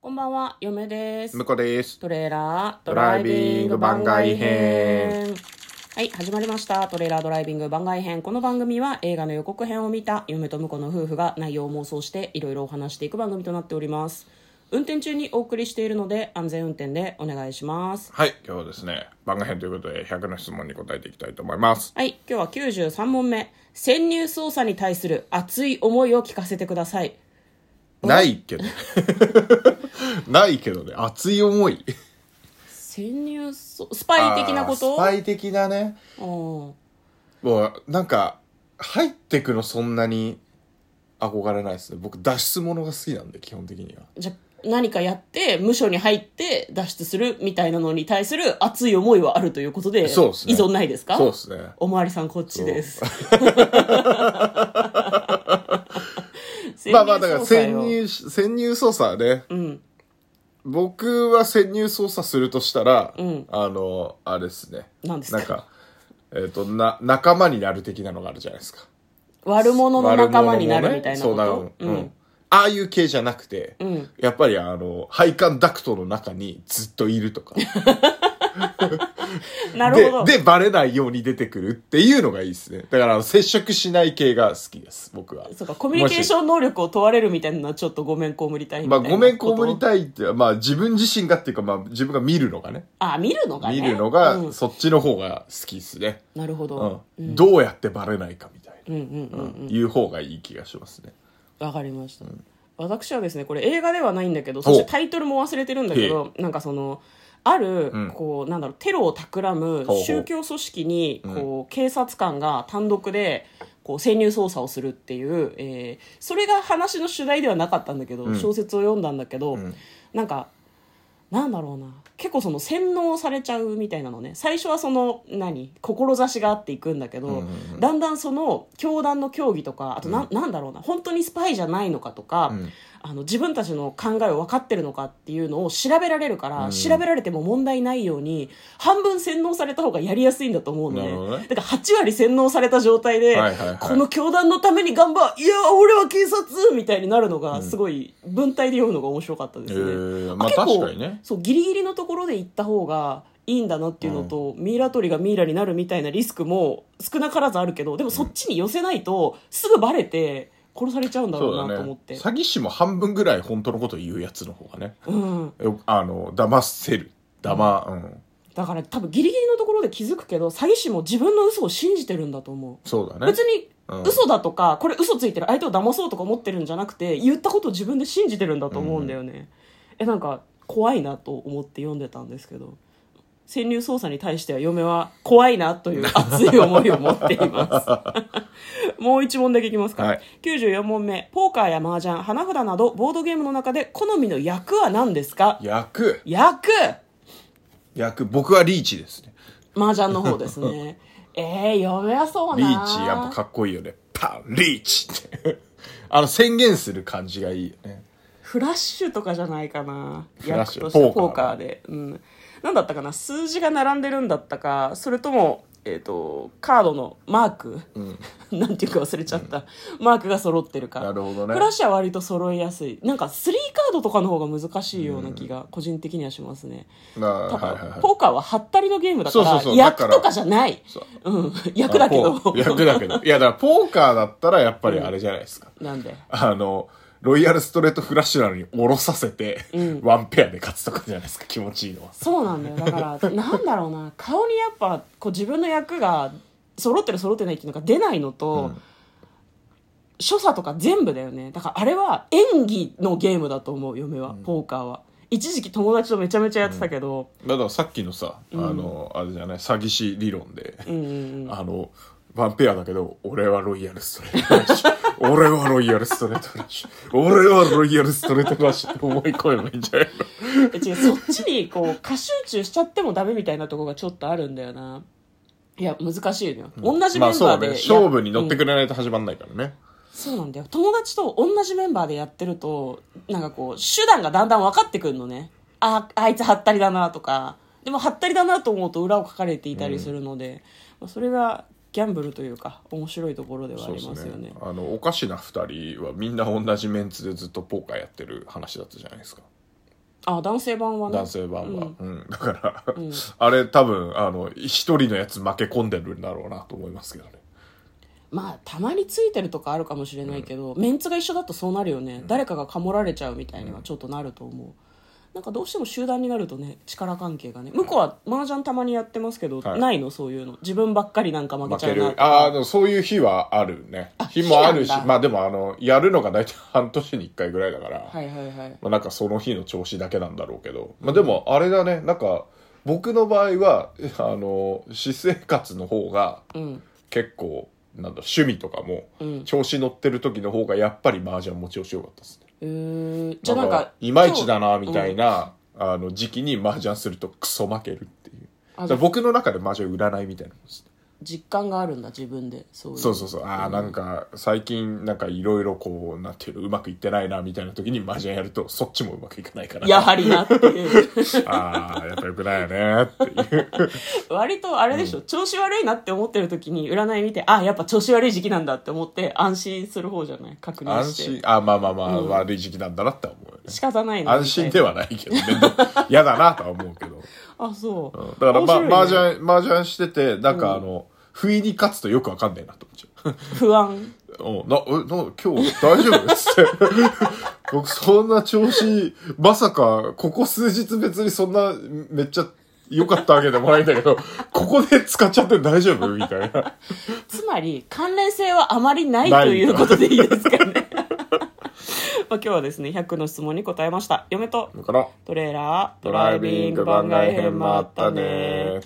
こんばんは、嫁です向。こうです。トレーラードライビング番外編。はい、始まりました。トレーラードライビング番外編。この番組は映画の予告編を見た嫁と婿の夫婦が内容を妄想していろいろお話していく番組となっております。運転中にお送りしているので安全運転でお願いします。はい、今日はですね、番外編ということで100の質問に答えていきたいと思います。はい、今日は93問目。潜入捜査に対する熱い思いを聞かせてください。ないけど。 ないけどね、熱い思い。潜入捜、スパイ的なこあーとスパイ的なね。うんもう、なんか、入ってくのそんなに憧れないですね。僕、脱出物が好きなんで、基本的には。じゃ何かやって無所に入って脱出するみたいなのに対する熱い思いはあるということでそうですね依存ないですかそうですね。おまわりさんこっちです。 まあまあ、だから潜入捜査よ。入し、潜入捜査はね、うん。僕は潜入捜査するとしたら、うんあの、あれですね。何ですかなんか、えっ、と、な、仲間になる的なのがあるじゃないですか。悪者の仲間になるみたいなこ悪者もねと。そうなのうん。ああいう系じゃなくて、うんやっぱりあの、配管ダクトの中にずっといるとか。 うん。なるほど。で、で、バレないように出てくるっていうのがいいですね。だからあの、接触しない系が好きです、僕は。そうか、コミュニケーション能力を問われるみたいなのはちょっとごめんこむりた いみまたいあ、な。ごめんこぶりい。たいって、まあ、自分自身がっていうか、まあ、自分が見るのがね。あ、見るのがね。見るのが、うんそっちの方が好きですね。なるほうんど。。どうやってバレないかみたいうんうんうんな。うん。いう方がいい気がしますね。わかりました、私はですねこれ映画ではないんだけどそしてタイトルも忘れてるんだけどなんかそのある、うんこうなんだろうテロを企むほうほう宗教組織にこう警察官が単独でこう潜入捜査をするっていう、えーそれが話の主題ではなかったんだけど、ん小説を読んだんだけど、んなんかなんだろうな結構その洗脳されちゃうみたいなのね最初はその何志があっていくんだけど、うんうんうんだんだんその教団の教義とかあとな,、ん、なんだろうな本当にスパイじゃないのかとか、うんあの自分たちの考えを分かってるのかっていうのを調べられるから、調べられても問題ないように半分洗脳された方がやりやすいんだと思うのなるほどねねだから8割洗脳された状態で、はいはいはいこの教団のために頑張いや俺は警察みたいになるのがすごい文体で読むのが面白かったですえね。ー、まあ結構確かにね。そうギリギリのところで行った方がいいんだなっていうのと、ミイラ取りがミイラになるみたいなリスクも少なからずあるけどでもそっちに寄せないとすぐバレて殺されちゃうんだろうなと思って詐欺師も半分ぐらい本当のこと言うやつの方がねうん、よあの騙せる騙うん、だから多分ギリギリのところで気づくけど詐欺師も自分の嘘を信じてるんだと思そうだうね別にうん嘘だとか、これ嘘ついてる相手を騙そうとか思ってるんじゃなくて言ったことを自分で信じてるんだと思うんだよね、えなんか怖いなと思って読んでたんですけど潜入捜査に対しては嫁は怖いなと いう熱い思いを持っています もう一問だけいきますか、はい94問目ポーカーや麻雀花札などボードゲームの中で好みの役は何ですか役役役僕はリーチですね麻雀の方ですねえー、嫁はそうリなーチやっぱかっこいいよねパンリーチ ってあの宣言する感じがいいよねフラッシュとかじゃないかなフラッ役シュとしてポポーーカカーーで、うん、なんだったかな数字が並んでるんだったかそれとも、えー、とカードのマーク、なんていうか忘れちゃった、マークが揃ってるかなるほどねフラッシュは割と揃いやすいなんか3カードとかの方が難しいような気が個人的にはしますね、まあただ、はいはいはいポーカーはハったりのゲームだからそうそうそうだ役からとかじゃないそううん、役だけあどポー役だけどいやだからポーカーだったらやっぱりあれじゃないですか、なんであのロイヤルストレートフラッシュなのに下ろさせて、ワンペアで勝つとかじゃないですか気持ちいいのはそうなんだよだから なんだろうな顔にやっぱこう自分の役が揃ってる揃ってないっていうのが出ないのと、所作とか全部だよねだからあれは演技のゲームだと思う嫁は、ポーカーは一時期友達とめちゃめちゃやってたけど、だからさっきのさ、あのあれじゃない詐欺師理論で、あのワンペアだけど俺はロイヤルストレートフ ラッシュ俺はロイヤルストレートフラッシュ俺はロイヤルストレートフラッシュって思い込めばいいんじゃないのえ違うそっちにこう過集中しちゃってもダメみたいなとこがちょっとあるんだよないや難しいのよ、同じメンバーで、まあそうねや勝負に乗ってくれないと始まんないからね、そうなんだよ友達と同じメンバーでやってるとなんかこう手段がだんだん分かってくるのねああいつハッタリだなとかでもハッタリだなと思うと裏を書かれていたりするので、まあそれがギャンブルというか面白いところではあそうでりますすよねねあのおかしな2人はみんな同じメンツでずっとポーカーやってる話だったじゃないですかあ男性版はね男性版は、うんだから、 あれ多分あの一人のやつ負け込んでるんだろうなと思いますけどねまあたまについてるとかあるかもしれないけど、メンツが一緒だとそうなるよね、誰かがかもられちゃうみたいにはちょっとなると思う、なんかどうしても集団になるとね力関係がね向こうは麻雀たまにやってますけど、はいないのそういうの自分ばっかりなんか負け負ちゃけうなるとああかでもそういう日はあるねあ日もあるし日なんだまあでもあのやるのが大体半年に1回ぐらいだから、はいはいはいまあ、なんかその日の調子だけなんだろうけど、まあ、でもあれだねなんか僕の場合はあの私生活の方がうん結構なんだ趣味とかも、うん調子乗ってる時の方がやっぱり麻雀持ちをしよかったですねえー、じゃあなんかいまいちだなみたいな、あの時期に麻雀するとクソ負けるっていうあじゃあだから僕の中で麻雀占いみたいなもんですね実感があるんだ自分でそういうそうそうそうああなんか最近なんかいろいろこうなんていうのうまくいってないなみたいな時に麻雀やるとそっちもうまくいかないからやはりなって いうああやっぱよくないよねっていう割とあれでしょ、調子悪いなって思ってる時に占い見てあやっぱ調子悪い時期なんだって思って安心する方じゃない確認安して心あまあまあまあ、悪い時期なんだなって思うよね仕方ないな安心でははないけどねでも嫌だなとは思うけどあそう、うんだから、ま面白いねあ、麻雀、麻雀してて、なんかあの、不意に勝つとよくわかんないなと思っちゃ不安う。おな、え、な、今日大丈夫っつって。僕そんな調子、まさか、ここ数日別にそんな、めっちゃ良かったわけでもないんだけど、ここで使っちゃって大丈夫みたいな。つまり関連性はあまりないないということでいいですかね まあ今日はですね100の質問に答えました嫁とだから、トレーラードライビング番外編もあったね